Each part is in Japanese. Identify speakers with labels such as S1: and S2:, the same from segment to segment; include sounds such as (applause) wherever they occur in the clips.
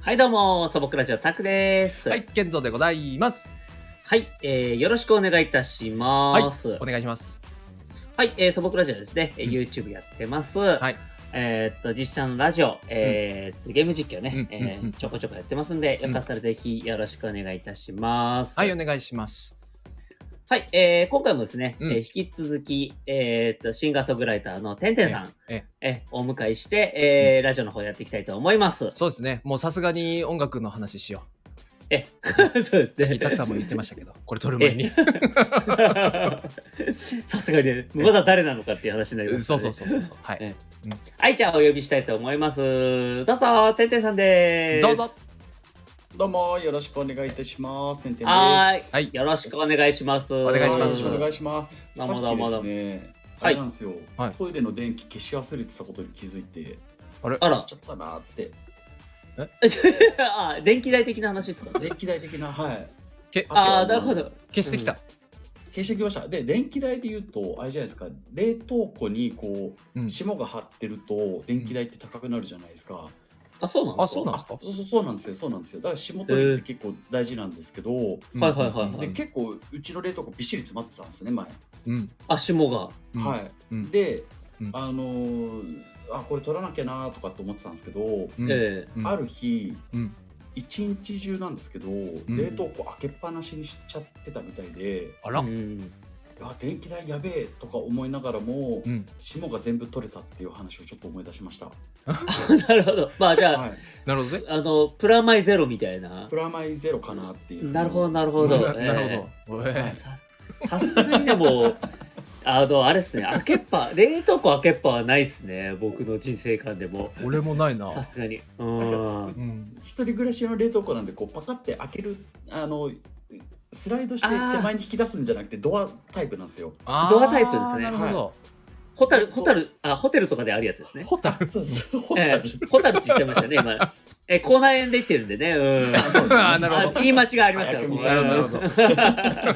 S1: はい、どうも、素朴ラジオ、タクです。
S2: はい、。健三でございます。
S1: はい、えーよろしくお願いいたします。はい
S2: お、願いします。
S1: えー素朴ラジオですね、えー YouTube やってます。
S2: い
S1: えーっと、実写のラジオ、えーっとゲーム実況ね、
S2: うんうん
S1: えー
S2: うん
S1: ちょこちょこやってますんで、よかったらぜひよろしくお願いいたします。
S2: はい、お願いします。
S1: はい、えー今回もですね、
S2: うん
S1: えー引き続き、えーっと、シンガーソングライターのてんてんさん、
S2: え
S1: えーお迎えして、えーラジオの方やっていきたいと思い
S2: (laughs)
S1: ます。
S2: そうですね。もうさすがに音楽の話しよ
S1: え、 (laughs) そうです
S2: う。
S1: ね。
S2: さっきたくさんも言ってましたけ
S1: (laughs)
S2: ど、これ撮る前
S1: (laughs)
S2: に。
S1: さすがにね、まだ誰なのかっていう話になります、ね。
S2: そうそうそうそうそう。は
S1: え
S2: い。
S1: 愛ちゃんをお呼びしたいと思います。どうぞ、てんてんさんです。
S2: どうぞ。。
S3: どうもよろしくお願いいたします。てんてんです。
S1: はーい、
S2: はい
S1: よろしくお願いします。
S2: お願いします
S3: よろくお願いします。
S1: どうもどうもどうも
S3: さ
S1: は
S3: っきですね、
S1: い
S3: あれなんですよ、
S2: はい
S3: トイレの電気消し忘れてたことに気づいて、
S1: あ
S3: や
S1: ら (laughs)
S3: っち、ゃったなーって。
S1: あ電気代的な話ですかね
S3: 電。気代的な、はい。
S2: け
S1: あーなるほど。
S2: 消してきた。
S3: 消してきました。で、電気代で言うと、あれじゃないですか、冷凍庫にこ
S2: う
S3: う、
S2: ん。
S3: 霜が張ってると、電気代って高くなるじゃないですか。
S1: あ、そうなんですか
S2: あ、そうなんですか
S3: そうそうそうなんですよ、そうなんですよ。だから霜取りって結構大事なんですけど、
S1: はいはいはいは
S3: で
S1: い
S3: 結構うちの冷凍庫びっしり詰まってたんですね、前。
S2: うん。
S1: あ、霜が。
S2: うん。
S3: はいい、
S2: うん
S3: で、
S2: うん
S3: あのーあこれ取らなきゃなとかって思ってたんですけど、
S2: うん
S1: ええ
S2: うん
S3: ある日
S2: うん。
S3: 一日中なんですけど、冷凍庫開けっぱなしにしちゃってたみたいで
S2: あら
S1: う。ん (laughs)
S3: あ電気代やべえとか思いながらも、
S2: うん。
S3: 霜が全部取れたっていう話をちょっと思い出しました、
S1: なるほど。まあ、じゃあ、
S3: はい、
S2: なるほどね。
S1: あの、プラマイゼロみたいな
S3: プ。ラマイゼロかなっていう
S1: なるほど、なるほど。
S2: な
S1: ええ
S2: なるほど。ええ
S1: ささすがにねもうあのあれですね開けっぱ冷凍庫開けっぱはないですね僕の人生観でも
S2: 俺もないな。
S1: さすがにう
S3: なん
S1: ん
S2: うん。
S3: 一人暮らし用の冷凍庫なんでこうパカって開けるあのスライドして
S1: あー
S3: 手前に引き出すんじゃなくてドアタイプなんですよ
S2: あー
S1: ドアタイプですね
S2: なるほど。
S1: ホタルホタルあホテルとかであるやつですね
S2: ホタル。
S3: そうそう (laughs) ホ
S1: え
S3: タル
S1: ーホタルって言ってましたね今え口内炎できてるんでねうん
S3: あそう
S2: (laughs) あーなるほ
S1: あ
S2: ど。
S1: 言い間違いありました
S3: 早く見
S2: なるほどなる
S1: よ
S2: ほど。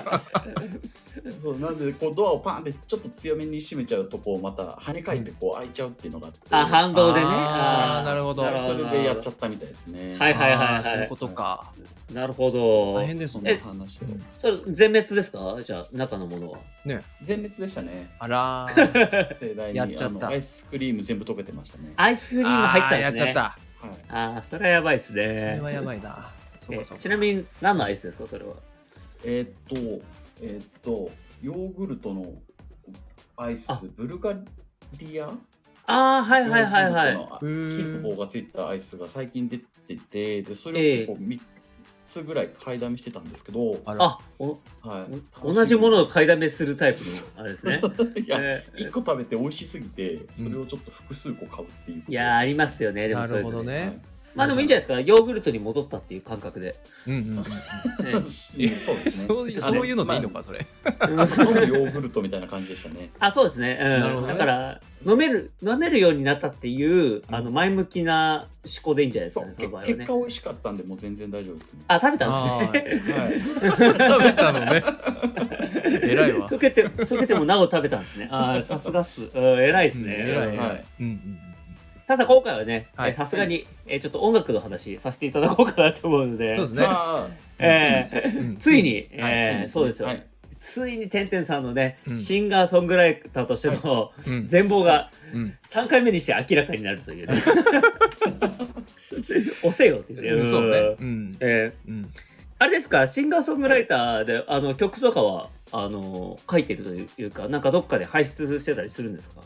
S3: そうなんでこうドアをパンってちょっと強めに閉めちゃうとこうまた跳ね返ってこう開いちゃうっていうのがあって、
S1: あ反動でね
S2: あーなるほど
S1: なるほ
S3: そ
S1: ど
S3: れでやっちゃったみたいですね
S1: はいはいはいはい
S2: あーそういうことか。
S1: なるほど
S2: 大変です
S3: そん
S2: ね
S3: な。話を
S2: うん
S1: それ全滅ですかじゃあ中のものは
S3: 全滅でし
S1: (laughs)
S3: たね
S2: あらー。
S3: 盛大に
S2: やっちゃった
S3: あのアイスクリーム全部溶けてましたね
S1: アイスクリーム入ってたんです
S2: あーやっ
S1: ね
S2: ちゃった。
S3: はい
S1: あーそれはやばいです
S2: それ
S1: ね
S2: はやばいな。そう
S1: え
S2: かそうか
S1: ちなみに何のアイスですかそれは
S3: えーっとえーっとヨーグルトのアイス
S1: あ
S3: ブルガリア
S1: ああはいはいはいはい
S3: ヨー
S2: う
S3: グル
S2: ーん
S3: トの金の棒がついたアイスが最近出ててでそれを結構3つぐらい買いだめしてたんですけど、
S2: あら
S1: あ、お
S3: はい、
S1: お同じも
S3: の
S1: のを買いだめするタイプのあれですね。
S3: (laughs) いや
S1: えー
S3: 1個食べて美味しすぎてそれをちょっと複数個買うっていうこと
S1: いやーありますよね、でも
S2: な
S1: そうい
S2: る
S1: う
S2: ほ
S1: の
S2: ど
S1: ね。
S3: (laughs)
S2: ね。
S1: まあでもいいんじゃないですか、ヨーグルトに戻ったっていう感覚で。
S2: うんうんうん。
S1: ね
S3: そうですね
S2: そういそういうのでいいの
S3: ま
S2: かそれ。
S3: あ飲 (laughs) むヨーグルトみたいな感じでしたね
S1: あ、そうですね。
S2: なる
S1: うん。
S2: ほど
S1: だ
S2: ね
S1: から、飲める、飲めるようになったっていう、あの、前向きな思考でいいんじゃないですかね、そ
S3: そう
S1: の場合は
S3: け
S1: ね
S3: 結果。美味しかったんでもう全然大丈夫ですね
S1: あ、食べたん
S2: あ
S1: ですね。
S2: ー
S3: はい
S2: 食べたのね。 (laughs) 偉い
S1: (laughs)
S2: わ
S1: 溶。けて、溶けてもなお食べたんですね。あーさすがっす。うん偉いですね。
S2: うん偉い
S3: は
S2: 偉
S3: い
S2: い。うんうん
S1: さあさあ、今回はね、
S2: はい
S1: えさすがに、えちょっと音楽の話させていただこうかなと思うの
S2: う
S1: で。
S2: ん。そうですね。
S3: まあ
S1: えー
S2: うん
S1: ついに、
S2: はい
S1: えー
S3: ついに
S1: そうですよ、
S3: はい
S1: ついにてんてんさんのね、
S2: うん
S1: シンガーソングライターとしての
S2: うん
S1: 全貌が
S2: うん
S1: 3回目にして明らかになるという
S3: (laughs)
S1: ね。押せよっていうね。
S2: うん
S1: ん
S2: そうね。うん
S1: えー
S2: うん。
S1: あれですか、シンガーソングライターであの曲とかはあの書いてるというか、なんかどっかで排出してたりするんですか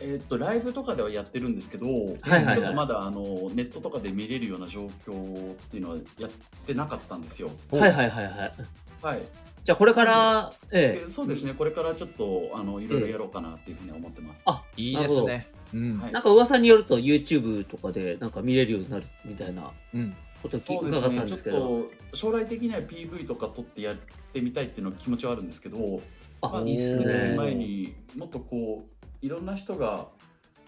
S3: えーっとライブとかではやってるんですけど、
S1: はいはい
S3: ちょっとまだあのネットとかで見れるような状況っていうのはやってなかったんですよ。
S2: お
S1: はいはいはいはい。
S3: はい、
S1: じゃあこれから、え
S3: で
S1: え
S3: そうですね、これからちょっとあのいろいろやろうかなっていうふうに思ってます。
S1: あ
S2: いいですね。うん
S3: はい
S1: なんか噂によると YouTube とかでなんか見れるようになるみたいな
S2: うん。
S1: こと聞
S3: そうで
S1: 伺っ
S3: す
S1: た
S3: ね
S1: ん、
S3: ち
S1: で
S3: ょっ
S1: すけど。
S3: と将来的には PV とか撮ってやってみたいっていうのは気持ちはあるんですけど、ま
S1: あ、
S3: あ、
S1: いいっす
S3: それより
S1: ね。
S3: 前にもっとこういろんな人が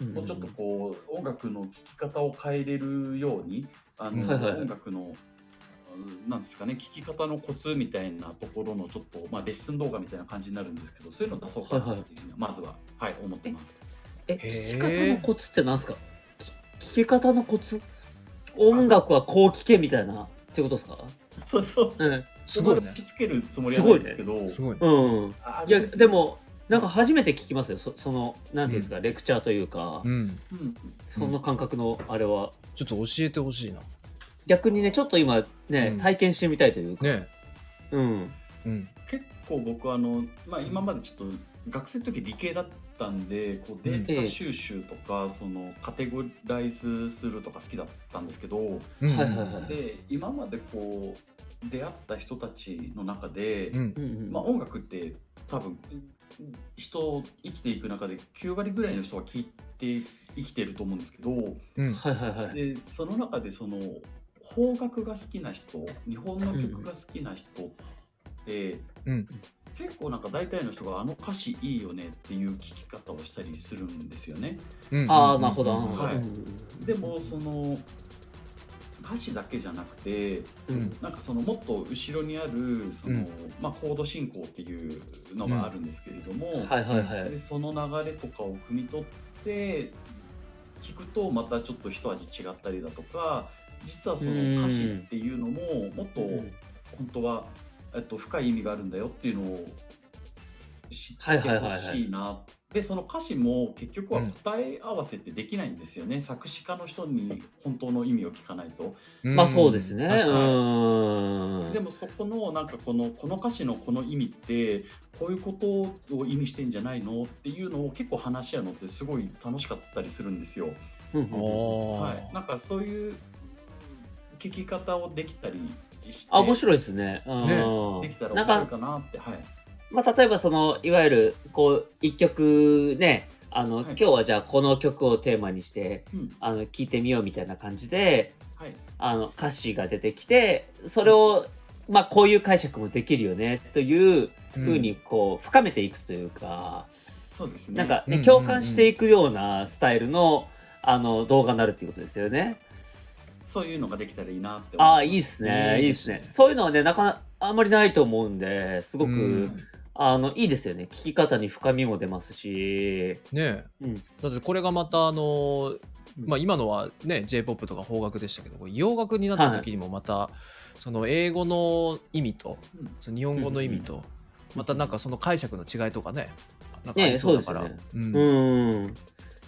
S1: うん
S3: もうちょっとこう、音楽の聴き方を変えれるようにあの、
S1: はいはい
S3: 音楽のうんなんですかね聴き方のコツみたいなところのちょっと、まあ、レッスン動画みたいな感じになるんですけどそういうの出そうかなっていうのはまずは、はい、思ってます。
S1: え、
S2: へー
S1: 聞き方のコツってなんすかき聞き方のコツ音楽はこう聴けみたいなってことですか
S3: そう (laughs) そう。
S1: うん。
S2: すごいね
S3: 押し付けるつもりはないんですけど。
S2: すごいね
S1: うん。
S3: あ
S1: いや、で、も、なんか初めて聞きますよ。そその、なんていうんですか、レクチャーというか、
S2: うん
S3: あれです
S1: そ
S3: ね
S1: の感覚のあれは。
S2: ちょっと教えてほしいな
S1: 逆にね、ちょっと今ね、
S2: うん
S1: 体験してみたいというか。
S2: ね
S1: うん。
S2: うん
S3: うん結構僕あの、まあ、今までちょっと学生の時理系だったんでこうデータ収集とか、そのカテゴライズするとか好きだったんですけど、
S2: うん
S1: はいはいはい
S3: で今までこう出会った人たちの中で、
S2: うん
S1: うんうん。
S3: まあ、音楽って多分人を生きていく中で9割ぐらいの人は聴いて生きてると思うんですけど
S2: うん
S1: はいはいはい。
S3: でその中でその邦楽が好きな人日本の曲が好きな人って、
S2: うん
S3: 結構なんか大体の人があの歌詞いいよねっていう聴き方をしたりするんですよね。
S2: うん
S1: ああ、なるほど。
S2: うん
S3: はい
S1: うん
S3: でもその歌詞だけじゃなくて
S2: うん
S3: なんかそのもっと後ろにあるそ
S2: う
S3: の、
S2: ん
S3: まあ、コード進行っていうのがあるんですけれども、
S1: はいはいはい
S3: で。その流れとかを汲み取って聞くとまたちょっと一味違ったりだとか実はその歌詞っていうのももっと
S1: うん
S3: 本当は、えっと、深い意味があるんだよっていうのを知って
S1: はいはいはい
S3: ほ
S1: はい
S3: しいな。でその歌詞も結局は答え合わせってできないんですよね、作詞家の人に本当の意味を聞かないと。
S1: まあそうですね。
S2: 確か
S1: う
S2: に
S1: ーん。
S3: でもそこのなんかこのこの歌詞のこの意味ってこういうことを意味してんじゃないのっていうのを結構話し合うのってすごい楽しかったりするんですよ。
S1: うんうんうん、
S2: あ
S3: はい、なんかそういう聞き方をできたりして
S1: あ、面白いですね。うん
S3: できたら
S1: な
S3: 面
S1: んか、
S3: 白いかなってはい
S1: まあ、例えばその、いわゆる、こう、一曲ね、あの、
S3: はい
S1: 今日はじゃあこの曲をテーマにして、
S3: うん
S1: あの、聴いてみようみたいな感じで、
S3: はい
S1: あの、歌詞が出てきて、それを、まあ、こういう解釈もできるよね、という
S2: ー
S1: ふうに、こう、深めていくというか、
S3: そうですね
S1: なんか、
S2: う
S1: ね、
S2: ん
S1: 共感していくようなスタイルの、あの、動画になるっていうことですよね。
S3: そういうのができたらいいなって思う
S1: ああ、いいっすね。い
S2: いい
S1: い
S2: で
S1: ですす
S2: ね
S1: ね。そういうのはね、なかなあんまりないと思うんで、すごく、
S2: うん
S1: あの、いいですよね。聞き方に深みも出ますし。
S2: ね
S1: うん
S2: だってこれがまたあのー
S1: うん
S2: まあ今のはね j p o p とか邦楽でしたけどこれ洋楽になった時にもまた、その英語の意味と
S3: うん
S2: その日本語の意味と、またなんかその解釈の違いとかねなんかあり
S1: ね
S2: そうだから、
S1: そうで
S2: うん
S1: うーん。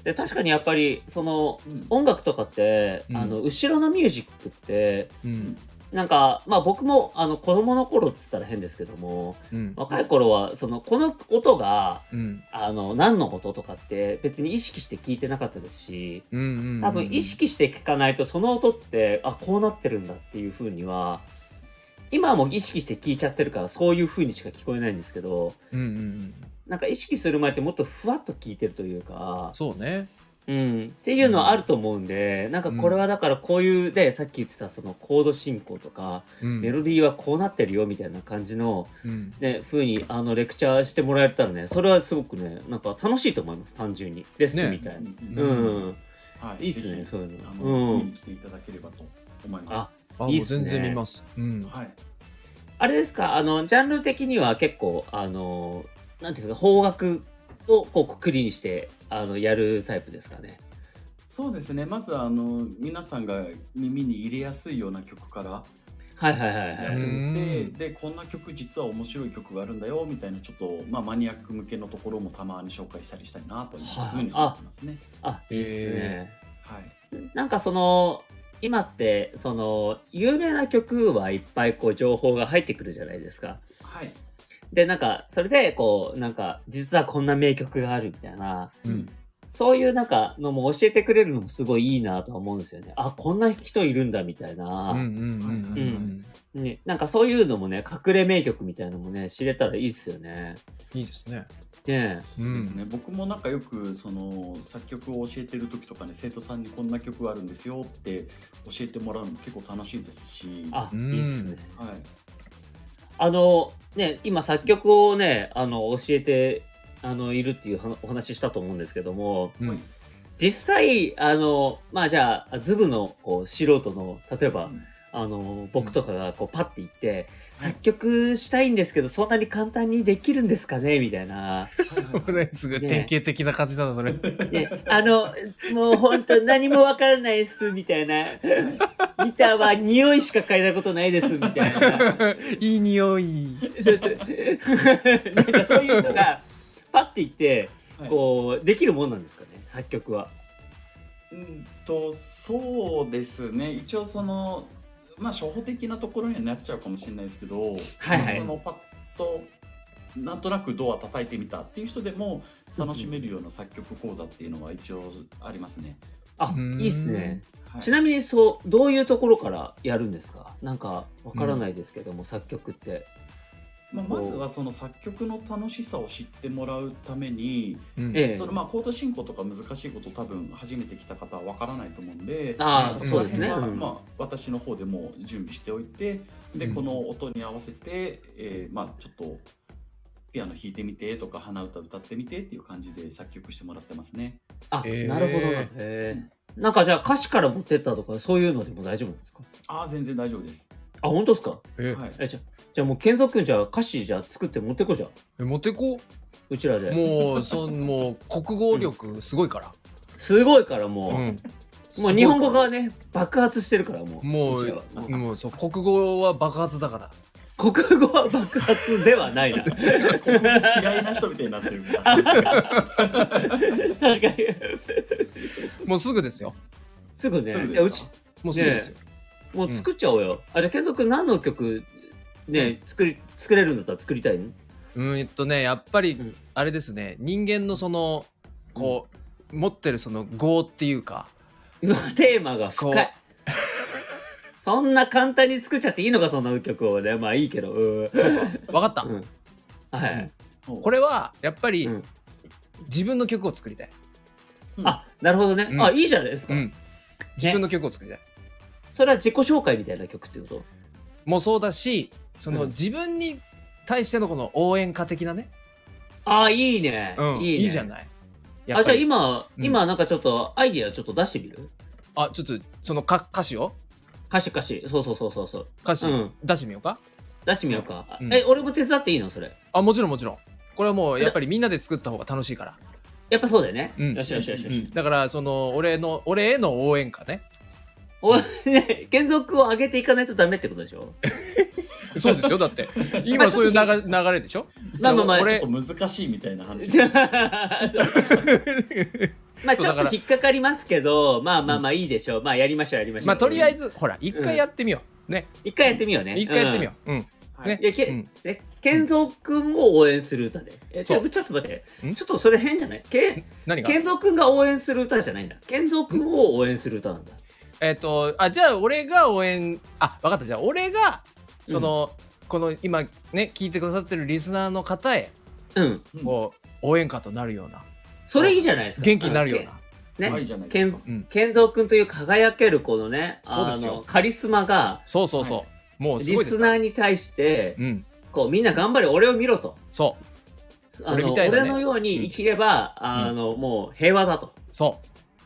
S1: で、確かにやっぱり、その、
S3: うん
S1: 音楽とかって、
S2: うん
S1: あの、後ろのミュージックって、
S2: うん
S1: なんか、まあ僕も、あの、子供の頃っつったら変ですけども、
S2: うん
S1: 若い頃は、その、この音が、
S2: うん
S1: あの、何の音とかって、別に意識して聞いてなかったですし、
S2: うんうんうん
S1: 多分意識して聞かないとその音ってあこうなってるんだっていう風には今はもう意識して聞いちゃってるからそういう風にしか聞こえないんですけど
S2: うんうんうん
S1: なんか意識する前ってもっとふわっと聞いてるというか、
S2: そうね
S1: うん、っていうのはあると思うんで、なんかこれはだからこういうでさっき言ってたそのコード進行とか、
S2: うん
S1: メロディーはこうなってるよみたいな感じの、
S2: うん
S1: ね、風にあのレクチャーしてもらえたらねそれはすごくねなんか楽しいと思います単純にレッスンみたいな。
S3: うん
S1: うん、
S3: はい
S1: いいっすね
S3: ぜひ
S1: そういうの
S3: あ
S1: う
S3: の
S1: ん
S3: 見に来ていただければと思います
S1: あ
S2: あもう
S1: いいっすね
S2: 全然見ますうん
S3: はい
S1: あれですか、あの、ジャンル的には結構、あの、なんていうんですか、邦楽をこう、くくりにして、あの、やるタイプですかね。
S3: そうですねまずあの皆さんが耳に入れやすいような曲から
S1: はいはいはいは
S3: やって
S1: い。
S2: うん
S3: みてでこんな曲実は面白い曲があるんだよみたいなちょっと、まあ、マニアック向けのところもたまに紹介したりしたいなというふうに思ってますね。
S1: あ、いいっすね。
S3: はい、
S1: なんかその、今って、その、有名な曲はいっぱいこう、情報が入ってくるじゃないですか。
S3: はい
S1: で、なんか、それで、こう、なんか、実はこんな名曲があるみたいな、
S2: うん
S1: そういうなんかのも教えてくれるのもすごいいいなとは思うんですよね。あ、こんな人いるんだみたいな。
S2: うんうんうんうんう
S1: うんんね、なんかそういうのもね、隠れ名曲みたいなのもね、知れたらいいっすよね。
S2: いいですね
S1: ね
S3: そうで
S2: (laughs)
S3: すね、僕もなんかよくその作曲を教えてる時とかね生徒さんにこんな曲があるんですよって教えてもらうの結構楽しいですし、は
S1: あ、
S2: う
S1: い
S2: ん
S1: いっすね。
S3: い、
S1: あの、ね、今作曲をね、あの、教えて、あの、いるっていうお話ししたと思うんですけども、
S2: うん
S1: 実際、あの、まあじゃあ、ズブの、こう、素人の、例えば、
S3: うん
S1: あの僕とかがこうパッて行って、作曲したいんですけどそんなに簡単にできるんですかねみたいな、
S2: ねすごい典型的な感じだなそれ、
S1: ね、あのもう本当何もわからないっすみたいな
S2: (laughs)
S1: ギターは匂いしか嗅いだことないですみたいな
S2: (laughs) いい匂い
S1: そうですなんかそういうのがパッて行ってこうできるもんなんですかね作曲は。
S3: うんとそうですね一応そのまあ初歩的なところにはなっちゃうかもしれないですけど、
S1: はいはい
S3: そのパッとなんとなくドア叩いてみたっていう人でも楽しめるような作曲講座っていうのは一応ありますね。
S1: あ
S2: うん
S1: いいっすね。
S3: はい、
S1: ちなみにそうどういうところからやるんですかなんかわからないですけども、作曲って。
S3: まあ、まずはその作曲の楽しさを知ってもらうために、
S2: うん
S1: ええ
S3: そのまあコード進行とか難しいこと多分初めて来た方はわからないと思うんで
S1: あ
S2: ー
S3: ま
S2: そうです
S1: ね
S3: こら辺は
S1: うん
S3: まあ、私の方でもう準備しておいてで
S2: うん
S3: この音に合わせて、えーまあ、ちょっとピアノ弾いてみてとか鼻歌歌ってみてっていう感じで作曲してもらってますね。
S1: あ、
S2: えー
S1: なるほどな。へえなんかじゃあ歌詞から持ってったとかそういうのでも大丈夫なんですか
S3: ああ全然大丈夫です。
S1: あ本当ですか
S2: え
S3: はい、
S1: えじゃあじゃあもう健三君じゃあ歌詞じゃあ作って持ってこうじゃあ
S2: え持ってこ
S1: うちら
S2: う
S1: で
S2: もうそんもう国語力すごいから、
S1: すごいからもう、
S2: うん
S1: (laughs) もう日本語
S2: すご
S1: が
S2: い
S1: ね爆発してるからもう
S2: も
S1: うちら
S2: う
S1: はも
S2: もうそう国語は爆発だから
S1: う国語は爆発では (laughs) ないな
S3: 国語嫌いな人みたいになってるから
S1: 確かに
S2: もうすぐですよ
S1: すぐね
S3: すぐ
S1: い
S3: で
S1: やう
S3: す
S1: ち
S3: か
S2: もうすぐですよ、
S1: もう作っちゃおうよ、あじゃあ健三君何の曲ね作り作れるんだったら作りたいの
S2: うんえっとねやっぱ
S1: うん
S2: りあれですね人間のそのこう持ってるその業っていうか
S1: うわテーマが深
S2: こ
S1: い (laughs) そんな簡単に作っちゃっていいのかそんな曲をねまあいいけどうん
S2: 分かった、
S1: うんはい、
S2: これはやっぱり
S1: うん
S2: 自分の曲を作りたい、
S1: あなるほどね、
S2: うん
S1: あいいじゃないですか、
S2: うん、自分の曲を作りたい、
S1: それは自己紹介みたいな曲ってこと
S2: もそうだしその
S1: うん
S2: 自分に対してのこの応援歌的なね、
S1: あいいね、
S2: うん、
S1: いいね
S2: いいじゃないや
S1: あ
S2: っ
S1: じ
S2: ぱ
S1: ゃあ
S2: り
S1: 今、
S2: うん
S1: 今なんかちょっとアイディアちょっと出してみる
S2: あちょっとそのか歌詞を
S1: 歌詞歌詞そうそうそうそうそう
S2: 歌詞
S1: うん
S2: 出してみようか、
S1: 出してみようか、
S2: うん
S1: え俺も手伝っていいのそれ
S2: あもちろんもちろんこれはもうやっぱりみんなで作った方が楽しいから、
S1: やっぱそうだよね、
S2: うん
S1: よしよしよしよし、
S2: だからその俺の俺への応援歌ね
S1: おね剣族を上げていかないとダメってことでしょ
S2: そうです
S1: (laughs)
S2: よだって今そういう流れ流れでしょ
S1: まあまあまあ
S2: こ
S3: ちょ
S2: れ
S3: っと難しいみたいな話。
S2: (laughs)
S1: まあ
S2: そう
S1: ちょっと
S2: だから
S1: 引っかかりますけどまあまあまあいいでしょう、まあやりましょうやりましょう
S2: まあとりあえ
S1: ず
S2: ずほら一回やってみようね
S1: 一回やってみようね
S2: 一回やってみよううん
S3: はい
S2: ね
S1: いやけ、
S2: うん
S1: え健三くんを応援する歌で。え、ち
S2: そ
S1: ょ
S2: う
S1: っと待って
S2: ん。
S1: ちょっとそれ変じゃないけ
S2: 何が
S1: 健三くんが応援する歌じゃないんだ。健三くんを応援する歌なんだ。
S2: えっとあじゃあ俺が応援あ分かったじゃあ俺がそのこの今ね聞いてくださってるリスナーの方へ
S1: うん。
S2: こう応援歌となるような
S1: それいいじゃないですか。
S2: 元気になるような
S1: な
S3: あい
S1: ね
S3: い。じゃない
S1: け
S3: で
S1: ん
S3: すか。
S2: うん
S1: 健三くんという輝けるこのね、
S2: そうですよ
S1: あのカリスマが、
S2: そうそうそう、
S3: は
S2: もうす
S1: リ
S2: ごいで
S1: ス
S2: すか
S1: ナ
S2: ら
S1: ーに対して、
S2: うん
S1: こう、みんな頑張れ、俺を見ろと。
S2: そう
S1: あ
S2: 俺
S1: の
S2: みたいだね
S1: 俺のように生きれば、あの、もう平和だと。
S2: そ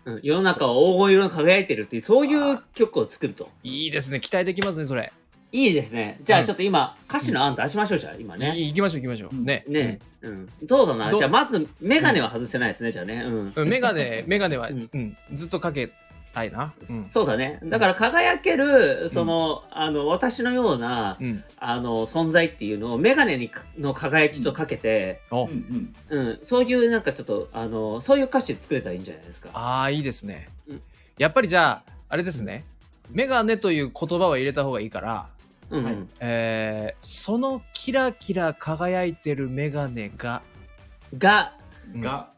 S1: うん、世の中は黄金色に輝いてるっていう、そういう曲を作ると。
S2: ういいですね期待できますねそれ、
S1: いいですね。じゃ
S2: う
S1: あ
S2: ん
S1: ちょっと今、歌詞の案出しましょう、じゃあ、今ね。
S2: いい行きましょう行きましょう、
S3: うん
S2: ね
S1: ね、うん、どうだな、
S2: ど
S1: じゃあまずメガネは外せないですね、じゃあね、うん、
S2: うんメガ
S1: (laughs)
S2: ネメガネは、
S1: う
S2: うんんずっとかけたいなう
S1: そうだね、だから輝ける、その、あの私のような、
S2: ん、うん、
S1: あの存在っていうのをメガネにかの輝きとかけて、
S2: お、
S3: うんうん
S1: うん、そういうなんかちょっとあのそういう歌詞作れたらいいんじゃないですか。
S2: ああいいですね、
S1: うん
S2: やっぱりじゃああれですねメガネという言葉は入れた方がいいから
S1: うん、
S3: はい
S2: えーそのキラキラ輝いてるメガネが
S1: が
S2: うん
S3: が、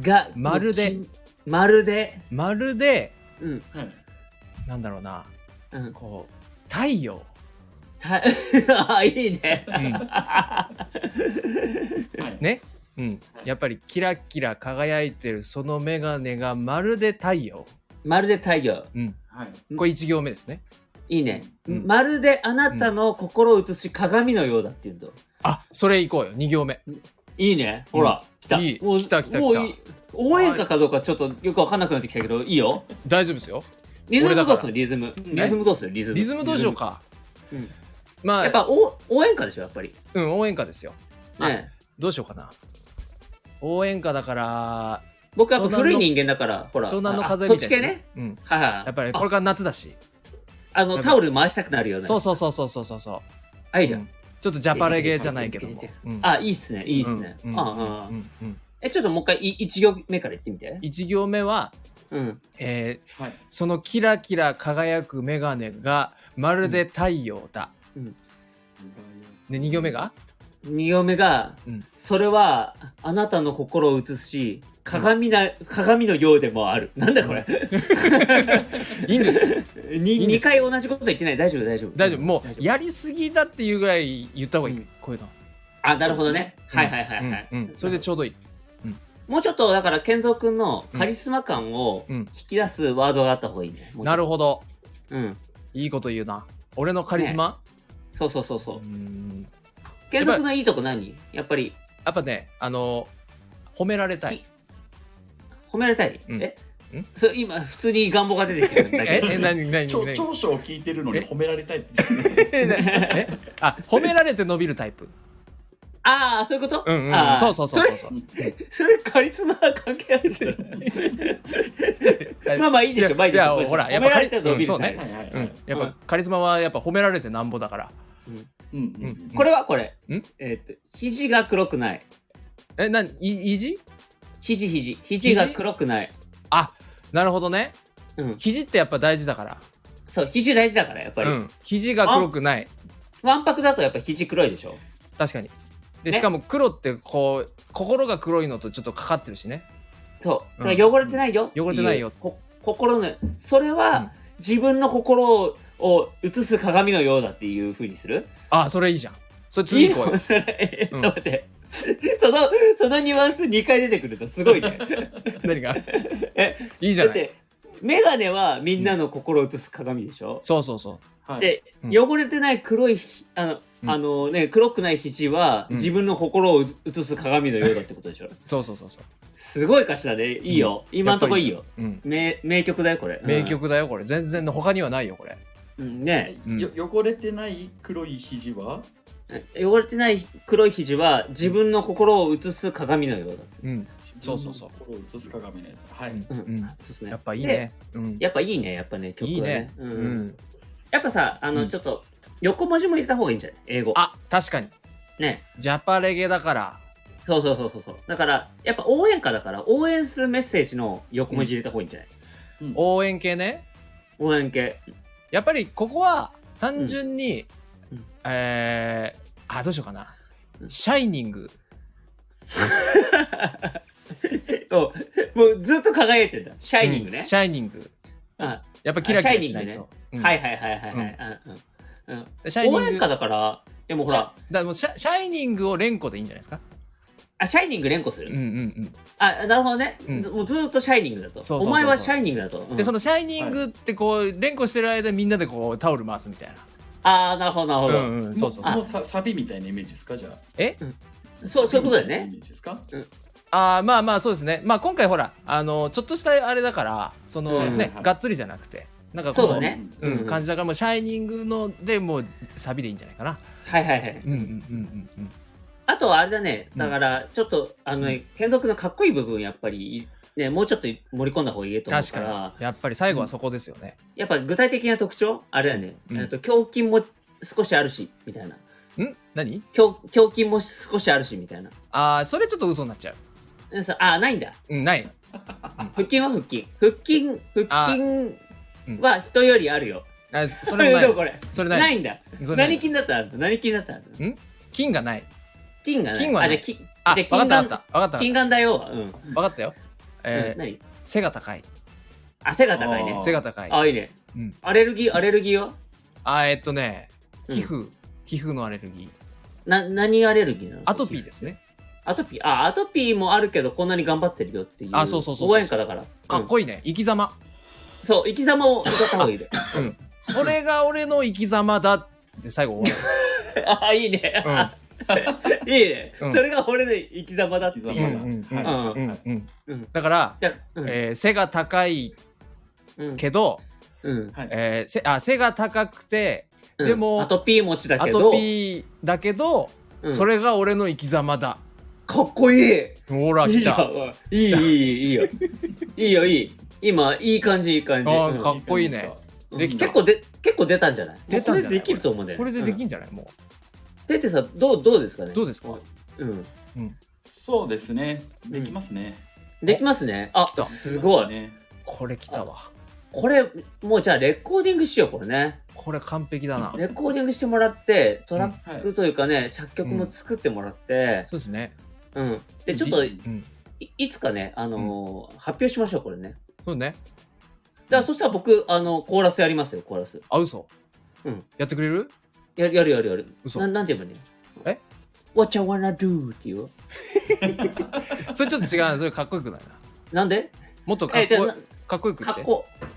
S1: が
S2: まるで
S1: きまるで、
S2: まるで
S1: うん、
S3: はい
S2: なんだろうな
S1: うん、
S2: こう太陽、
S1: (laughs) たあいい
S2: (laughs)
S1: ね。
S2: うん
S3: はい
S2: ねうん、やっぱりキラキラ輝いてるそのメガネがまるで太陽
S1: まるで太陽、
S3: はい
S2: これ1行目ですね
S1: いいね、
S2: うん
S1: まるであなたの心を映し鏡のようだっていうと。
S2: あそれいこうよ2行目
S1: いいね。ほら、来た。
S2: いい
S1: もう
S2: 来た来た
S1: もう
S2: 来た
S1: いい応援歌かどうかちょっとよくわかんなくなってきたけど、いいよ。
S2: 大丈夫ですよ
S1: リズムどうす
S2: 俺だか
S1: る
S2: ら
S1: リズム。
S2: ん
S1: リズムどうするリズム。
S2: リズムどうしようか
S1: うん
S2: まあ
S1: やっぱお応援歌でしょ、やっぱり。
S2: うん応援歌ですよあ
S1: ねえ、
S2: どうしようかな応援歌だから
S1: 僕はやっぱ古い
S2: 湘南
S1: 人間だから、ほら、
S2: 湘南の風
S1: あ
S2: み
S1: そったち
S2: いな
S1: 系ね。
S2: うん
S1: はいはい。
S2: やっぱり
S1: あ
S2: これから夏だし
S1: あの、タオル回したくなるよね。
S2: そうそうそうそうそうそうそう
S1: あ、いいじゃ。
S2: うんちょっとジャパレゲじゃないけども
S1: 出てき
S2: うん
S1: あ、いいっすね、いいっすね。
S2: う
S1: うんん
S2: う
S1: うんん
S2: う
S1: うん
S2: んうん
S1: え、ちょっともう一回、い一行目から言ってみて。
S2: 1行目は、
S1: うん。
S2: えー
S3: はい。
S2: そのキラキラ輝くメガネがまるで太陽だ、で2行目が
S1: 二行目が、
S2: うん
S1: それはあなたの心を映すし鏡な、鏡のようでもあるなんだこれ
S2: いいんですよ
S1: に
S2: いいんで
S1: 二
S2: す
S1: 回同じこと言ってない大丈夫大丈夫
S2: 大丈夫もう
S1: や
S2: やりすぎだっていうぐらい言った方がいい、
S1: うん
S2: こういうの
S1: あなるほどね
S2: うん
S1: はいはいはいはい、
S2: うんうんそれでちょうどいい
S1: もうちょっとだから健三君のカリスマ感を
S2: うん
S1: 引き出すワードがあった方がいいね、
S2: なる
S1: ほ
S2: ほど
S1: ど、うん、
S2: いいこと言うな俺のカリスマ、
S1: そうそうそうそう
S2: うーん
S1: 健三君のいいとこ何やっぱり
S2: やっぱねあの褒められたい
S1: き褒められたい、
S2: うん
S1: え
S2: うん
S1: それ今普通に願望が出てきてるんだけ
S2: え
S1: ど
S2: え何何
S3: ちょ
S2: 何
S3: 長所を聞いてるのに
S2: え
S3: 褒められたいって。
S2: (laughs) えあ褒められて伸びるタイプ
S1: ああそういうこと、
S2: うんうん
S1: あー
S2: そうそうそうそうそう
S1: それカリスマ関係ある
S2: (laughs)
S1: じゃないまあまあいいでしょ、まあいいでし
S2: いや
S1: ょ。
S2: いやほら
S1: 褒められ
S2: や
S1: た
S2: っぱ
S1: ら伸びる
S2: うんそうね
S1: タイ
S3: はいは
S2: う
S3: い
S2: ん。やっぱカリスマはやっぱ褒められてなんぼだから
S1: プうん
S3: うんうんう
S2: うん
S3: ん。
S1: これはこれ
S2: ん。
S1: えっと、肘が黒くない。
S2: え何い意地
S1: 肘肘。肘が黒くない。
S2: あなるほどね
S1: うん。
S2: 肘ってやっぱ大事だから
S1: そう、肘大事だから、やっぱり
S2: う。ん、肘が黒くない
S1: わんぱくだとやっぱ肘黒いでしょ。
S2: 確かにで
S1: ね
S2: しかも黒ってこう心が黒いのとちょっとかかってるしね
S1: そう。
S2: うん
S1: だから汚れてないよ。
S2: 汚れてないよ
S1: うこ心の、それ
S2: うん
S1: は自分の心を映す鏡のようだっていうふうにする
S2: あそれいいじゃんそれ次行こう
S1: いいの (laughs)
S2: よ
S1: それちょ
S2: うん
S1: っと待って。その、そのニュアンス2回出てくるとすごいね。
S2: 何が
S1: え
S2: いいじ
S1: だ
S2: ゃ
S1: っ
S2: ない
S1: て眼鏡はみんなの心を映す鏡でしょ、
S2: そうそうそう
S3: はい。
S1: で、
S2: うん
S1: 汚れてない黒いひあの、
S2: うん
S1: あのね黒くない肘は
S2: うん
S1: 自分の心を映映す鏡のようだってことでしょ、
S2: そうそうそうそう
S1: すごい歌詞だねいいよ、今んとこいいよ
S2: うん
S1: 名名曲だよこれ
S2: 名、曲だよこれ全然他にはないよこれ
S1: うんうんね
S2: うん
S3: よ汚れてない黒い肘は
S1: 汚れてない黒い肘は自分の心を映す鏡のようだっつ
S2: うんそうそうそう。
S3: 心を映す鏡ね。はい。
S2: うんうん
S1: そうですね
S2: やっぱいいねうん
S1: でやっぱいいねやっぱね曲はね
S2: いいね
S1: うん
S2: うん
S1: やっぱさあの、
S2: うん
S1: ちょっと横文字も入れた方がいいんじゃない英語
S2: あ確かに
S1: ね
S2: ジャパレゲだから
S1: そうそうそうそうそう。だから、やっぱ応援歌だから、応援するメッセージの横文字入れた方がいいんじゃない、
S2: 応援系ね
S1: 応援系。
S2: やっぱりここは単純に、
S1: うんうん
S2: えー、あどうしようかな
S1: う
S2: 「
S1: ん
S2: シャイニング
S1: おもうずっと輝いてんだ。シ」ャイニング
S2: うん
S1: ね。
S2: シャイニング
S1: あ
S2: やっぱキラキラしない
S1: シャイニング
S2: と
S1: ね、
S2: うん
S1: はいはいはいはいはい。うんうん
S2: シャイニン
S1: 応
S2: グ
S1: 援歌だから、でもほら、
S2: シャだもうシャシャイニングを連呼でいいんじゃないですか
S1: あシャイニング連呼する。
S2: うんうん
S1: あ、なるほどね、
S2: うん
S1: もうずっとシャイニングだと。
S2: そうそうそうそう
S1: お前はシャイニングだと。
S2: う
S1: うんん
S2: でそのシャイニングってこう連呼してる間みんなでこうタオル回すみたい
S1: ああ、なるほどな
S2: な
S1: るほ
S2: う
S1: ど。
S2: んうんそうそう
S3: こ
S2: そう
S3: のササビみたいなイメージですかじゃあ。
S2: え
S1: そうそういうことだよ
S3: サビみたなイ
S1: ね。
S3: メージですか
S2: あーまあまあそうですねまあ今回ほらあのちょっとしたあれだからその
S1: うん
S2: ねがっつりじゃなくてなんかこ
S1: そうだね
S2: う
S1: うん
S2: ん
S1: うん
S2: 感じだからもうシャイニングのでもうサビでいいんじゃないかな
S1: はいはいはい。
S2: うんうんうんうん
S1: あとはあれだね、だから、ちょっと、あのね、剣族のかっこいい部分、やっぱり、ね、もうちょっと盛り込んだ方がいいと思う
S2: 確
S1: から、
S2: かにやっぱり最後はそこですよね
S1: やっぱ具体的な特徴、あれだよね、
S2: うん
S1: えっと胸筋も少しあるし、みたいな。
S2: ん何
S1: 胸胸筋も少しあるし、みたいな。
S2: あーそれちょっと嘘になっちゃう
S1: うんそうあ、ないんだ。
S2: うんない
S1: 腹筋は腹筋。腹筋、
S2: あ
S1: 腹筋は人よりあるよ。
S2: あそ
S1: こ
S2: れもな
S1: (laughs) でも
S2: い
S1: これ。
S2: それ
S1: ない
S2: ない
S1: んだ。
S2: それない
S1: 何筋だったらあんた何筋だったらあんた
S2: ん金がない
S1: 筋がない。
S2: 筋はない
S1: あ、じゃあ筋
S2: あ、分
S1: じゃあ筋眼
S2: かった分かった分かった
S1: 筋眼だよ。うん。
S2: 分かったよえ
S1: うん
S2: ー
S1: 何
S2: 背が高い
S1: あ、背が高いね
S3: あー。
S2: 背が高い
S1: あ、いいね
S2: うん。
S1: アレルギー、アレルギーは
S2: あーえっとね
S1: うん
S2: 皮膚皮膚のアレルギー
S1: な何アレルギーなの
S2: アトピーですね
S1: アトピーあアトピーもあるけどこんなに頑張ってるよっていう
S2: あそうそうそうそう
S1: 応援歌だから
S2: かっ
S1: い
S2: こいいね生き様
S1: い、うんそう生き様を歌った方がいい
S2: (laughs)
S1: で
S2: それが俺の生き様だって最後終
S1: ああいいね、
S2: わ
S1: いいね、
S2: うん
S1: それが俺の生き様だっていう、
S3: 生
S2: るう
S3: き
S2: ん
S3: 様
S2: うんうん
S3: は
S2: うんうん
S1: うん
S2: だから
S1: じゃあ、うん
S2: えー背が高い
S1: うん
S2: けど
S1: うん
S3: はい
S2: えーせあ背が高くて
S1: うん
S2: でも
S1: アトピー持ちだ
S2: ア
S1: け
S2: ト
S1: ど、
S2: ピーだけど、
S1: うん
S2: それが俺の生き様だ
S1: かっこいい
S2: ほら
S1: い
S2: 来
S1: い
S2: た
S1: よおいいいいいいいいよいいよいい今いい感じいい感じ、
S2: あ
S1: うん
S2: ーかっこいいね
S1: うん
S2: できた
S1: 結構で結構出たんじゃない
S2: 出たんじゃない
S1: もうこれでできると思うんだよ
S2: こ
S1: ね
S2: れででき
S1: うん
S2: んじゃないも
S1: 出てさどうどうですかね
S2: うどうですか
S1: うん
S3: そうですね。できますね。
S1: できますねあ
S2: た
S1: すごい
S3: ね。
S2: これ来たわ
S1: これもうじゃあレコーディングしようこれね
S2: これ完璧だな
S1: レコーディングしてもらってトラ
S3: は
S1: ッ
S3: い
S1: クというかね、作曲も作ってもらって、
S2: そうですね
S1: うんでちょっとい
S2: うん
S1: いつかね、あのー発表しましょうこれね
S2: そうね
S1: じゃあそしたら僕あのコーラスやりますよコーラス
S2: あ嘘
S1: うん
S2: やってくれる
S1: やるやるやるやる
S2: 嘘
S1: ななんて言えばいいの
S2: え
S1: ?What you wanna do って言う
S2: それちょっと違うなそれかっこよくないな
S1: なんで
S2: もっとかっ
S1: えじゃ
S2: こ
S1: あ
S2: いかっこよく
S1: な
S2: 言っ
S1: かってこ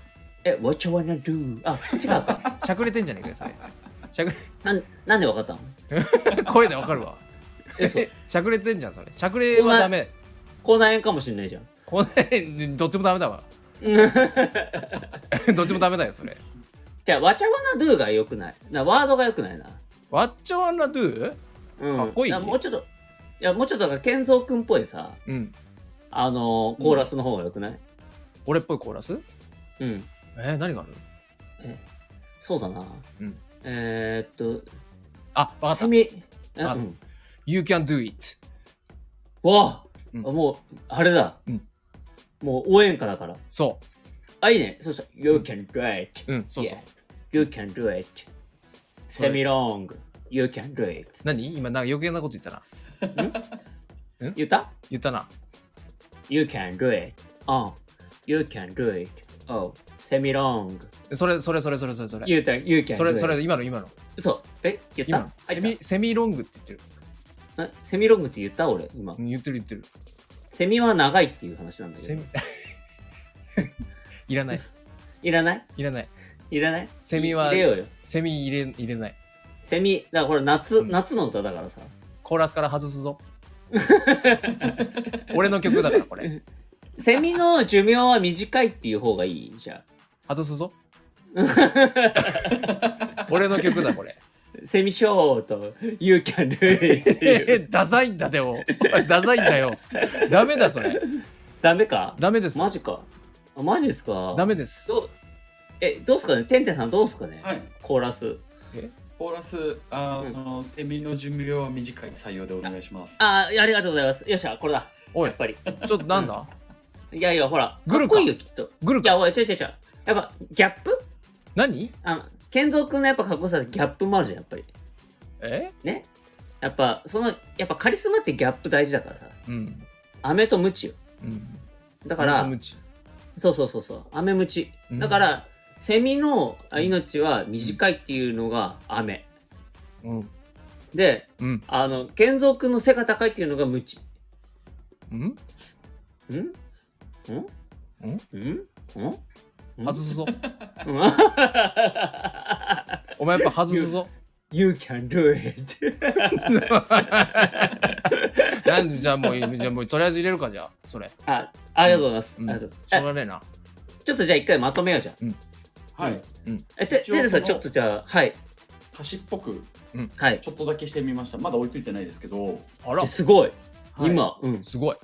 S1: え What you wanna do あ違う
S2: (laughs)
S1: か
S2: しゃくれてんじゃねえかよそれしゃく
S1: なんなんでわかったの
S2: れ声でわかるわ
S1: えそう
S2: しゃくれてんじゃんそれしゃくれはダメ
S1: 口内炎かもしん (laughs) ないじゃん
S2: この辺どっちもダメだわ (laughs) どっちもダメだよそれ
S1: じゃあ What you wanna do がよくないなワードがよくないな
S2: ワッチョワンラドゥ
S1: うん
S2: かっこいい
S1: だらもうちょっといやもうちょっとだから健三君っぽいさ
S2: うん
S1: あのーコーラスの方がよくない
S2: 俺っぽいコーラス
S1: うん、
S2: えー、何がある
S1: そうだな、
S2: うん
S1: えー、っ
S2: あ
S1: と
S2: わかった
S1: セミえ
S2: わか
S1: う
S2: った
S1: ん
S2: You can do it
S1: わあ、
S2: うん
S1: もうあれだ、
S2: うん
S1: もう応援歌だから
S2: そ
S1: あいいねそしたら You can do it
S2: ううんそうそう
S1: Yeah. You can do it セミロング You can do it
S2: 何今なんか余計なこと言ったな
S1: 言った
S2: 言ったな
S1: ?You can do it Oh You can do it Oh セミロング
S2: それそれそれそれそれそれ
S1: 言うた You can
S2: そ
S1: do
S2: れ
S1: it
S2: それ今の今の
S1: そうえ言っ
S2: 今
S1: た
S2: の
S1: 入
S2: セ
S1: った
S2: ミセミロングって言ってる
S1: なセミロングって言った俺今
S2: うん言ってる言ってる
S1: セミは長いっていう話なんだけ
S2: セ
S1: ど
S2: ミ (laughs) いらない
S1: いらない
S2: いらない
S1: いらない
S2: セミは
S1: 入れようよ
S2: セミ入れ入れない
S1: セミだからこれ夏、
S2: ん
S1: 夏の歌だからさ
S2: コーラスから外
S1: (laughs)
S2: すぞ俺の曲だからこれ
S1: セミの寿命は短いっていう方がいいじゃ
S2: 外
S1: (laughs)
S2: すぞ俺の曲だこれ
S1: あセミショート You can do it っていう
S2: (laughs) えダサいんだでもダサいんだよダメだそれ
S1: ダメか
S2: ダメです
S1: マジかあマジですか
S2: ダメです
S1: どうえどうすかねてんてんさんどうすかね、
S3: はい。
S1: コーラス
S3: コーラス、あの、セミの寿命は短い採用でお願いします。
S1: あーありがとうございますよっしゃこれだ
S2: お
S1: や
S2: い
S1: っぱり
S2: ちょっとなんだ
S1: いやいやほら
S2: グルか
S1: かっこいいよきっと
S2: グル
S1: いや
S2: か
S1: おいちょいちょいちょいやっぱギャップ
S2: 何
S1: あの健三君のやっぱかっこよさギャップもあるじゃんやっぱり
S2: え
S1: ねやっぱそのやっぱカリスマってギャップ大事だからさ
S2: うん
S1: 飴とムチよ
S2: うん
S1: だから
S2: ムチ
S1: そうそうそうそう飴ムチ
S2: うん
S1: だから、セミのあ命は短いっていうのが飴
S2: うん
S1: で
S2: うん
S1: あの健三君の背が高いっていうのがムチ
S2: うん
S1: んんん
S2: ん
S1: んん
S2: 外すぞ
S1: うん
S2: お前やっぱ外す (laughs) ぞ
S1: (laughs) You can do it
S2: なんでじゃあもうじゃあもうとりあえず入れるかじゃあそれ
S1: あありがとうございます、
S2: うん
S1: ありがとうご
S2: し
S1: ざい
S2: ょ
S1: うます
S2: がねえな
S1: えちょっとじゃあ一回まとめようじゃん
S3: はい。
S1: えて
S3: 一応
S1: てるさん
S3: その
S1: ちょっとじゃあはい
S3: 歌詞っぽく、
S1: はい
S3: ちょっとだけしてみました。まだ追いついてないですけど。
S2: あら
S1: えすごい、
S3: はい
S1: 今うん
S2: すごい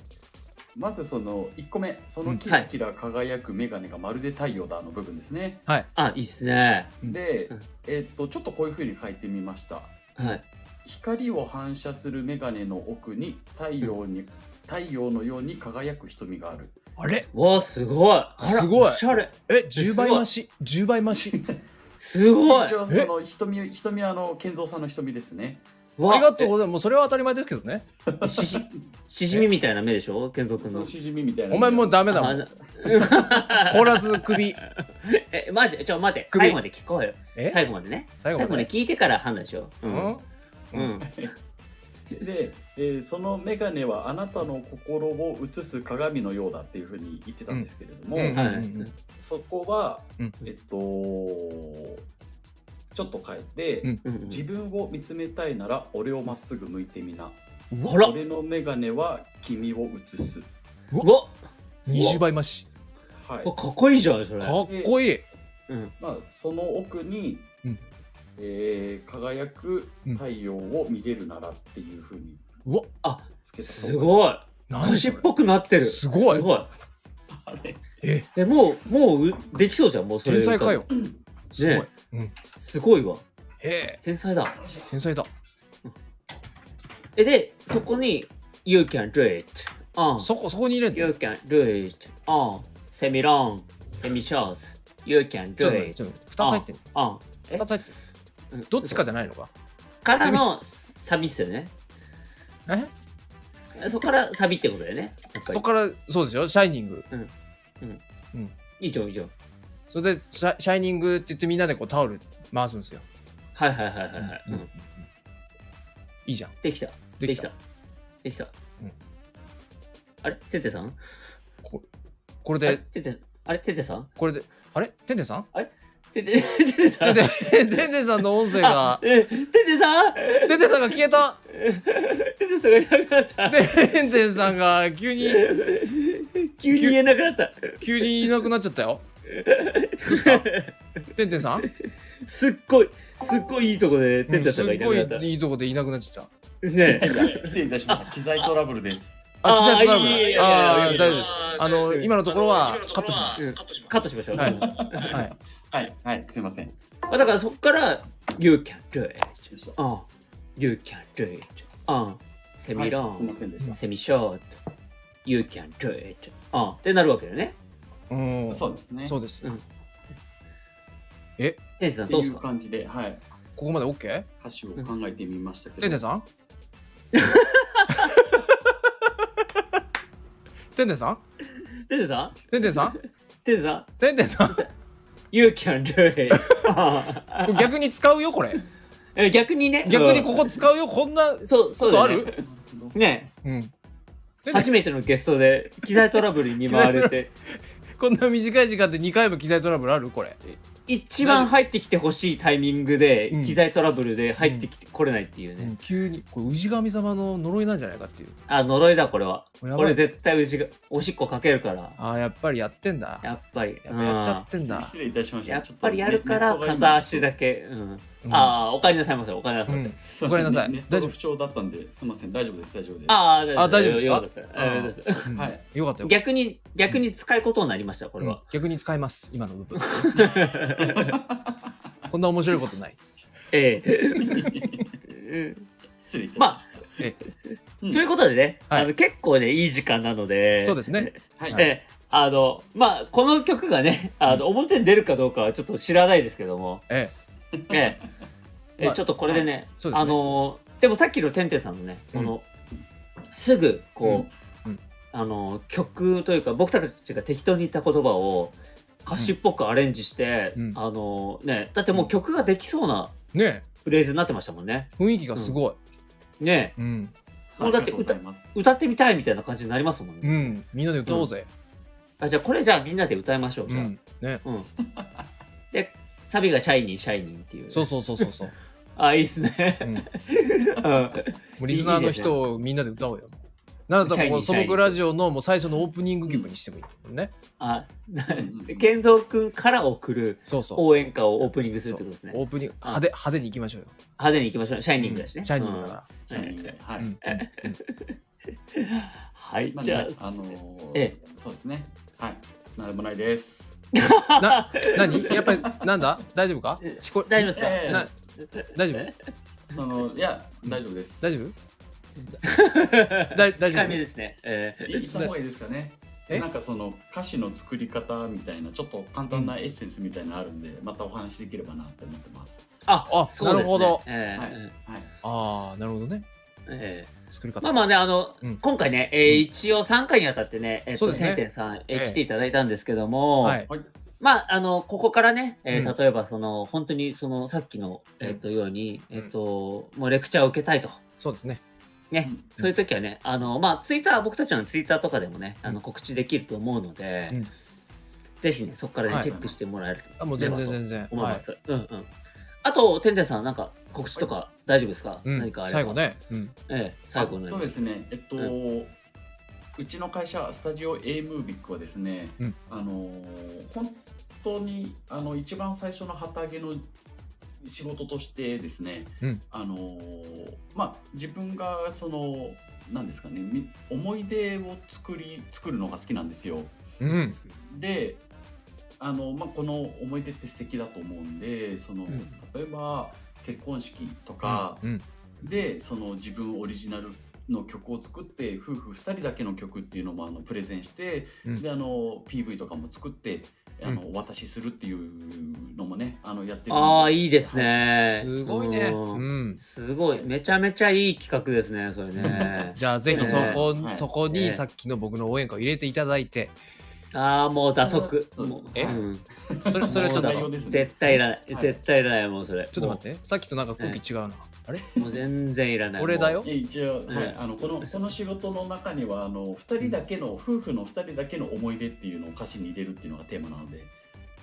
S3: まずその1個目、そのキラキラ輝く眼鏡がまるで太陽だの部分ですね。
S2: はい
S1: あいいっすね
S2: うん
S3: で
S1: うん、
S3: えっと、ちょっとこういうふうに書いてみました。
S1: はい
S3: 光を反射する眼鏡の奥に太陽に、太陽のように輝く瞳がある。
S2: あれ
S1: わあすごいあら
S2: すごい
S1: おしゃれ
S2: え10倍増し10倍増し
S1: すごい
S3: 一応その瞳、瞳はあの、健三さんの瞳ですね。
S2: あ
S1: わ
S2: りがとうございますもうそれは当たり前ですけどね
S1: えしししじみみたいな目でしょ健三君
S3: そ
S1: の
S3: のしじみみたいな。
S2: お前もうダメだも
S1: あ
S2: ん
S1: な
S2: コーラス首
S1: えマジちょ待って
S2: 首
S1: 最後まで聞こうよ
S2: え
S1: 最後までね最
S2: 最後
S1: 後まで聞いてから判断しよう
S2: う
S1: うんんうん
S3: で、えーその眼鏡はあなたの心を映す鏡のようだっていうふうに言ってたんですけれども、
S2: うん
S1: はい
S2: うん
S3: そこは、
S2: うん
S3: えっと、ちょっと変えて、
S2: うん
S1: うんうん
S3: 自分を見つめたいなら俺をまっすぐ向いてみな。
S1: あら
S3: 俺の眼鏡は君を映す。
S1: うわ
S2: 20倍増し
S3: はい。
S1: かっこいいじゃんそれ
S2: かっこいい
S1: うん
S3: まあ、その奥に、
S2: うん
S3: えー輝く
S2: うん
S3: 太陽を見れるならっていうふうに
S2: うわ
S1: あ
S3: つけた
S1: すごい
S2: 何
S1: 歌
S2: そ
S1: 詞っ
S2: れ
S1: ぽくなってる
S2: すごい
S1: すごい
S3: あれ
S2: え
S1: えもうもううできそうじゃんもうそれ
S2: 天才かよすごい、
S1: ね
S2: うん
S1: すごいわ
S2: え
S1: 天才だ
S2: ー、天才だ
S1: えでそこに「You can do it」あ
S2: そこそこにいれん
S1: You
S2: の
S1: can do it. あん。セミロン。セミショーツ。You can
S2: ちょっ
S1: do
S2: と待っ
S1: it.
S2: てちょっと待って2つ入ってんの
S1: あん。え
S2: 二つ入ってん
S1: うん
S2: のどっちかじゃないのか
S1: からのサビっすよね。
S2: え
S1: そこからサビってことだよね。やっぱり
S2: そこからそうですよ「シャイニング
S1: 以上以上。」
S2: それで「シャシャイニング」って言ってみんなでこうタオル回すんですよ
S1: はいはいはいはいはい。うん
S2: いいじゃん
S1: できた。で
S2: でき
S1: き
S2: た
S1: た。できた
S2: うん。
S1: あれテテさん
S2: これ
S1: あれ
S2: で
S1: テテあれテテさん
S2: これであれてんてんさん
S1: テテテテさん
S2: てんてんてんてんさんの音声
S1: あ
S2: が
S1: えテテさん
S2: てんてんさんが消えた
S1: テテさんがいなくなった。
S2: (laughs) てんてんさんが急に
S1: 急に言えなくなった。
S2: 急にいなくなっちゃったよどうしたてんて
S1: (laughs)
S2: んさん
S1: すっごい、すっごいいいとこでテ
S2: うん
S1: テ
S2: す
S1: さんがい
S2: っ
S1: なく
S2: ご
S1: なった。ね
S2: いいいとこでいなくなっちゃった
S1: え。
S3: (laughs) 失礼いたしました機材トラブルです
S2: あ、機材トラブ
S1: あいいいいいいいいい
S2: ル。あー、大丈夫です。あの、今のとこ
S1: (laughs)
S2: ろはカットします。
S1: うんカットしましょう。
S2: はい
S1: ま
S2: はい。
S3: はいはいすいません
S1: あ、だからそこから、You can do it. あ You can do it. あセミロ
S3: はいすいま
S1: ン、
S3: せんでし
S1: セミショート。You can do it. あってなるわけだよね。
S2: う
S3: た
S2: ん。
S3: そ
S2: そう
S3: ですね
S2: うです。
S1: うん
S2: え、
S1: テンさ
S3: っ
S1: ん
S3: て
S1: どうで
S3: い
S1: す
S3: う
S1: か
S3: 感じではい
S2: ここまで OK?
S3: 歌詞を考えてみましたけど
S2: てんてんさんてんてんさん
S1: テンさん
S2: てんてんさん
S1: テンさん
S2: てんてんさん
S1: ?You can do it. あ
S2: これ逆に使うよ、これ。
S1: え逆にね。
S2: 逆にここ使うよ、こんな。
S1: うんそう、そうだよね
S2: ことあ
S1: ね
S2: うん。
S1: え初めてのゲストで機材トラブルに見舞われて、
S2: こんな短い時間で2回も機材トラブルあるこれ。
S1: 一番入ってきてほしいタイミングで
S2: うん、
S1: 機材トラブルで入ってきてこれないっていうね。
S2: うん急に。これ、氏神様の呪いなんじゃないかっていう。
S1: あ、呪いだ、これは。
S2: これやばい
S1: これ絶対うちが、おしっこかけるから。
S2: ああ、やっぱりやってんだ。
S1: やっぱり。
S2: やっぱやっちゃってんだ。
S3: 失礼いたしま
S1: うん
S3: し
S1: や
S3: た
S1: っぱりやるから、片足だけ。うん。
S2: うん
S1: ああ、お帰りなさいませ、お帰りなさいませ。
S2: うん
S3: けごめんなさい
S2: ごめんなさい
S3: ネットが不調だったんですいません大丈夫です大丈夫です
S1: ああ、
S2: あ大丈夫ですか
S1: よかったです大丈夫です
S2: うん
S3: はい
S2: よかったよ。
S1: 逆に、逆に使うことになりました、これ
S2: うん
S1: は。
S2: 逆に使います今の
S1: (laughs)
S2: 部分こんな面白いことない
S1: え
S2: (laughs)
S1: え。
S3: 失礼いたしました
S2: え
S3: うん
S1: ということでね、
S2: はい
S1: あの結構ね、いい時間なので、
S2: そうですね
S3: はい
S1: ええあの、まあ、この曲がね、あの表に出るかどうかはちょっと知らないですけども、
S2: え
S1: ええ、
S2: まあ
S1: えちょっとこれでね、
S2: そうですね
S1: あのーでもさっきのてんてんさんのね、
S2: うん
S1: このすぐこう、
S2: うんうん
S1: あのー曲というか僕たちが適当に言った言葉を歌詞っぽくアレンジして、
S2: うん
S1: あのーねだってもう曲ができそうな
S2: えね
S1: フレーズになってましたもんね。
S2: え雰囲気がすごい
S1: ね
S2: うん、
S1: もうだって歌
S3: ありがとうございます
S1: 歌ってみたいみたいな感じになりますもん
S2: う
S1: ね。
S2: ん、みんなで歌おうぜ、
S1: あじゃあこれじゃあみんなで歌いましょう
S2: う
S1: じゃあ。
S2: んね、
S1: うんでサビが「シャイニーシャイニー」っていう。
S2: そうそうそうそうそう、
S1: あいいっす
S2: (laughs)
S1: ね。
S2: うん、も
S1: うん
S2: うリスナーの人をみんなで歌おうよなんだったらもう
S1: シ
S2: 素
S1: ャイニー
S2: 朴ラジオのもう最初のオープニング曲にしてもいいもんね、
S1: あ、な
S3: うんうんうん
S1: 健三くんから送る
S2: そうそう
S1: 応援歌をオープニングするってことですね。
S2: オープニング派手派手に行きましょうよ
S1: 派手にいきましょう。シャイニングだし
S2: シ
S1: ね。
S2: ャイニングだか
S3: シャイニングでは
S2: ら、う
S3: い
S2: んうんうん
S1: うんはい、
S3: まあ
S1: じゃ
S3: ねあの
S1: え
S3: ーそうですねはいなんでもないです
S2: な何やっぱりなんだ大丈夫か
S1: え
S2: しこ
S1: あ、大丈夫ですか
S3: え
S2: な大丈夫
S3: あのいや大丈夫です
S2: 大丈
S3: 夫
S2: 夫
S1: (laughs)
S2: だ大丈夫
S1: 近めですね。えー
S3: 言った方がいいですかね
S2: え
S3: なんかその歌詞の作り方みたいなちょっと簡単なエッセンスみたいなのあるんで、またお話できればなと思ってます
S1: あ
S2: あ
S1: そうで
S2: なる
S1: すね
S2: ほど
S1: え
S3: はい
S1: ー
S3: はい
S2: ああなるほどね
S1: えー
S2: 作り方
S1: まあまあね、あの、
S2: うん
S1: 今回ね、えー
S2: うん
S1: 一応3回にわたってね、えっ
S2: そう
S1: と、
S2: ですね
S1: てんてんさん、えー
S2: ええ
S1: 来ていただいたんですけども、
S2: はい
S3: はい
S1: まあ、あの、ここからね、えー
S2: うん
S1: 例えば、その、本当に、その、さっきの、えっと、ように、えっと、もうレクチャーを受けたいと。
S2: そうですね
S1: ね
S3: うん、
S1: そういう時はね、あの、まあ、ツイッター、僕たちのツイッターとかでもね、あ
S2: う
S1: の
S2: ん
S1: 告知できると思うので、
S2: うん
S1: ぜひね、そこからね、
S2: はい
S1: チェックしてもらえると
S2: あもう全然全然
S1: 思い
S2: は
S1: ま
S2: い
S1: す。うんうん。あと、てんてんさん、なんか告知とか大丈夫ですか、
S2: うん
S1: 何かあれば
S2: 最後。ねうん
S1: ええ、最後
S3: あ
S1: ね
S3: そうですねえっと、
S1: う
S3: うちの会社スタジオ A ムービックはですね、
S2: うん
S3: あのー本当にあの一番最初の旗揚げの仕事としてですね、
S2: うん
S3: あのーまあ自分がそのなんですかねみ思い出を作り作るのが好きなんですよ。
S2: うん
S3: であの、まあ、この思い出って素敵だと思うんでその、
S1: ん
S3: 例えば結婚式とか
S2: うん
S3: で、その自分オリジナルの曲を作って夫婦2人だけの曲っていうのもあのプレゼンして、
S2: うん
S3: であの PV とかも作ってあの、お渡しするっていうのもねあのやってるん
S1: ああ、いいですね。
S2: すごいね
S1: うん
S2: うん。
S1: すごい。めちゃめちゃいい企画ですね、それね
S2: (laughs) じゃあぜひそこ、
S3: ね
S2: そこ
S1: は
S2: に
S1: い
S2: さっきの僕の応援歌を入れていただいて、
S1: ああ、もう打足。もう
S2: え
S1: うん (laughs)
S2: それそれはちょっと
S3: もう内容ですね
S1: 絶対いらない
S3: は。い
S1: 絶対いらない、もうそれ。
S2: ちょっと待って、さっきとなんか空気違うな。あれ
S1: もう。もう全然いらない。
S2: 俺だよ
S1: も
S3: いや一応、は
S1: う
S3: い、
S1: ん
S3: あのこのこの仕事の中にはあの2人だけの、夫婦の2人だけの思い出っていうのを歌詞に入れるっていうのがテーマなので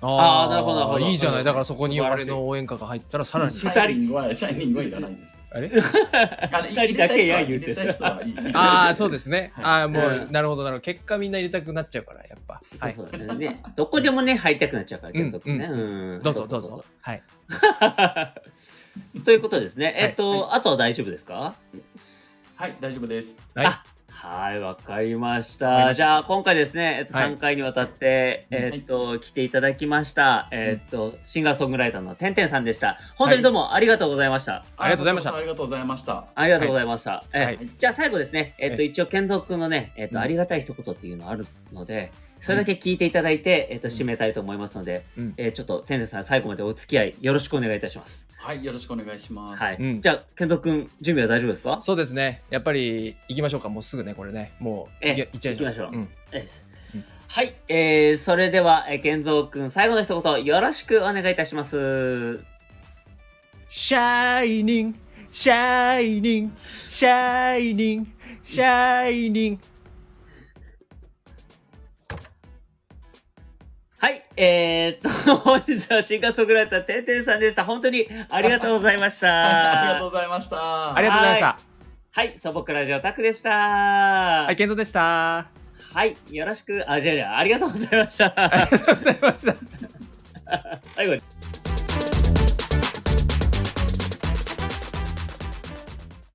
S1: あーなるほどなるほど
S2: いいじゃない。だからそこに
S1: 素晴らし
S2: 俺
S1: い
S2: の応援歌が入ったらさらに
S3: シ。ャイニングはシャイニングはいらないです
S1: (laughs)
S2: あれ
S3: あの
S1: 二人だけや
S3: 入れたい人は入れたい人は
S2: あ
S3: い
S2: あ、
S3: い
S2: そうですね。ああ、もう、なるほど、なるほど。結果みんな入れたくなっちゃうから、やっぱ。
S1: う
S2: はい。
S1: そうそうだねね。どこでもね、入りたくなっちゃうから、
S2: うん
S1: 継続ね。ん
S2: どうぞ、どう。
S1: そそそ。
S2: ぞはい。
S1: うということですね。えっ
S2: はい
S1: と、あとは大丈夫ですか
S3: はい大丈夫です
S2: はい
S1: あはい、わかりまし
S2: わかりま
S1: た。
S2: した
S1: じゃあ、今回ですね、えっと、
S2: はい
S1: 3回にわたって、
S2: うん
S1: えっと、来ていただきました、えっと、シンガーソングライターのてんてんさんでした。本当にどうもありがとうございました。
S2: ありがとうございました
S3: ありがとうございました
S1: ありがとうございました。え
S2: はい
S1: じゃあ、最後ですね、えっと、
S2: え
S1: 一応、健三君のね、えっ
S2: う
S1: と、
S2: ん
S1: ありがたい一言っていうのあるので、それだけ聞いていただいて、えっと、締めたいと思いますので、
S2: うん
S1: えーちょっと、てんてんさん、最後までお付き合いよろしくお願いいたします。
S3: はいよろしくお願いします
S1: はい。
S2: うん
S1: じゃあ、健三君、準備は大丈夫ですか
S2: そうですね。やっぱり、行きましょうか。もうすぐね、これね。もう、
S1: え
S2: いけ行っちゃいまし
S1: 行
S2: ょう。
S1: きましょうんです
S2: うん
S1: はい、えー、それでは、えー、健三くん、最後の一言、よろしくお願いいたします。
S2: シャイニング、シャイニング、シャイニング、シャイニング。
S1: はい、えー、っと、 (laughs) 本日はシンガーソングライター、てんてんさんでした。本当にありがとうございまし
S3: (laughs) ありがと
S1: た。
S3: うございました
S2: ありがとうございました。
S1: はい、素朴ラジオタクでした。
S2: は、
S1: はいい、
S2: 健三でした。
S3: (laughs)
S1: よろしく、あ、じゃあじゃあ、ありがとうございまし
S2: あ
S1: た。
S2: りがとうございました。
S1: 最後に。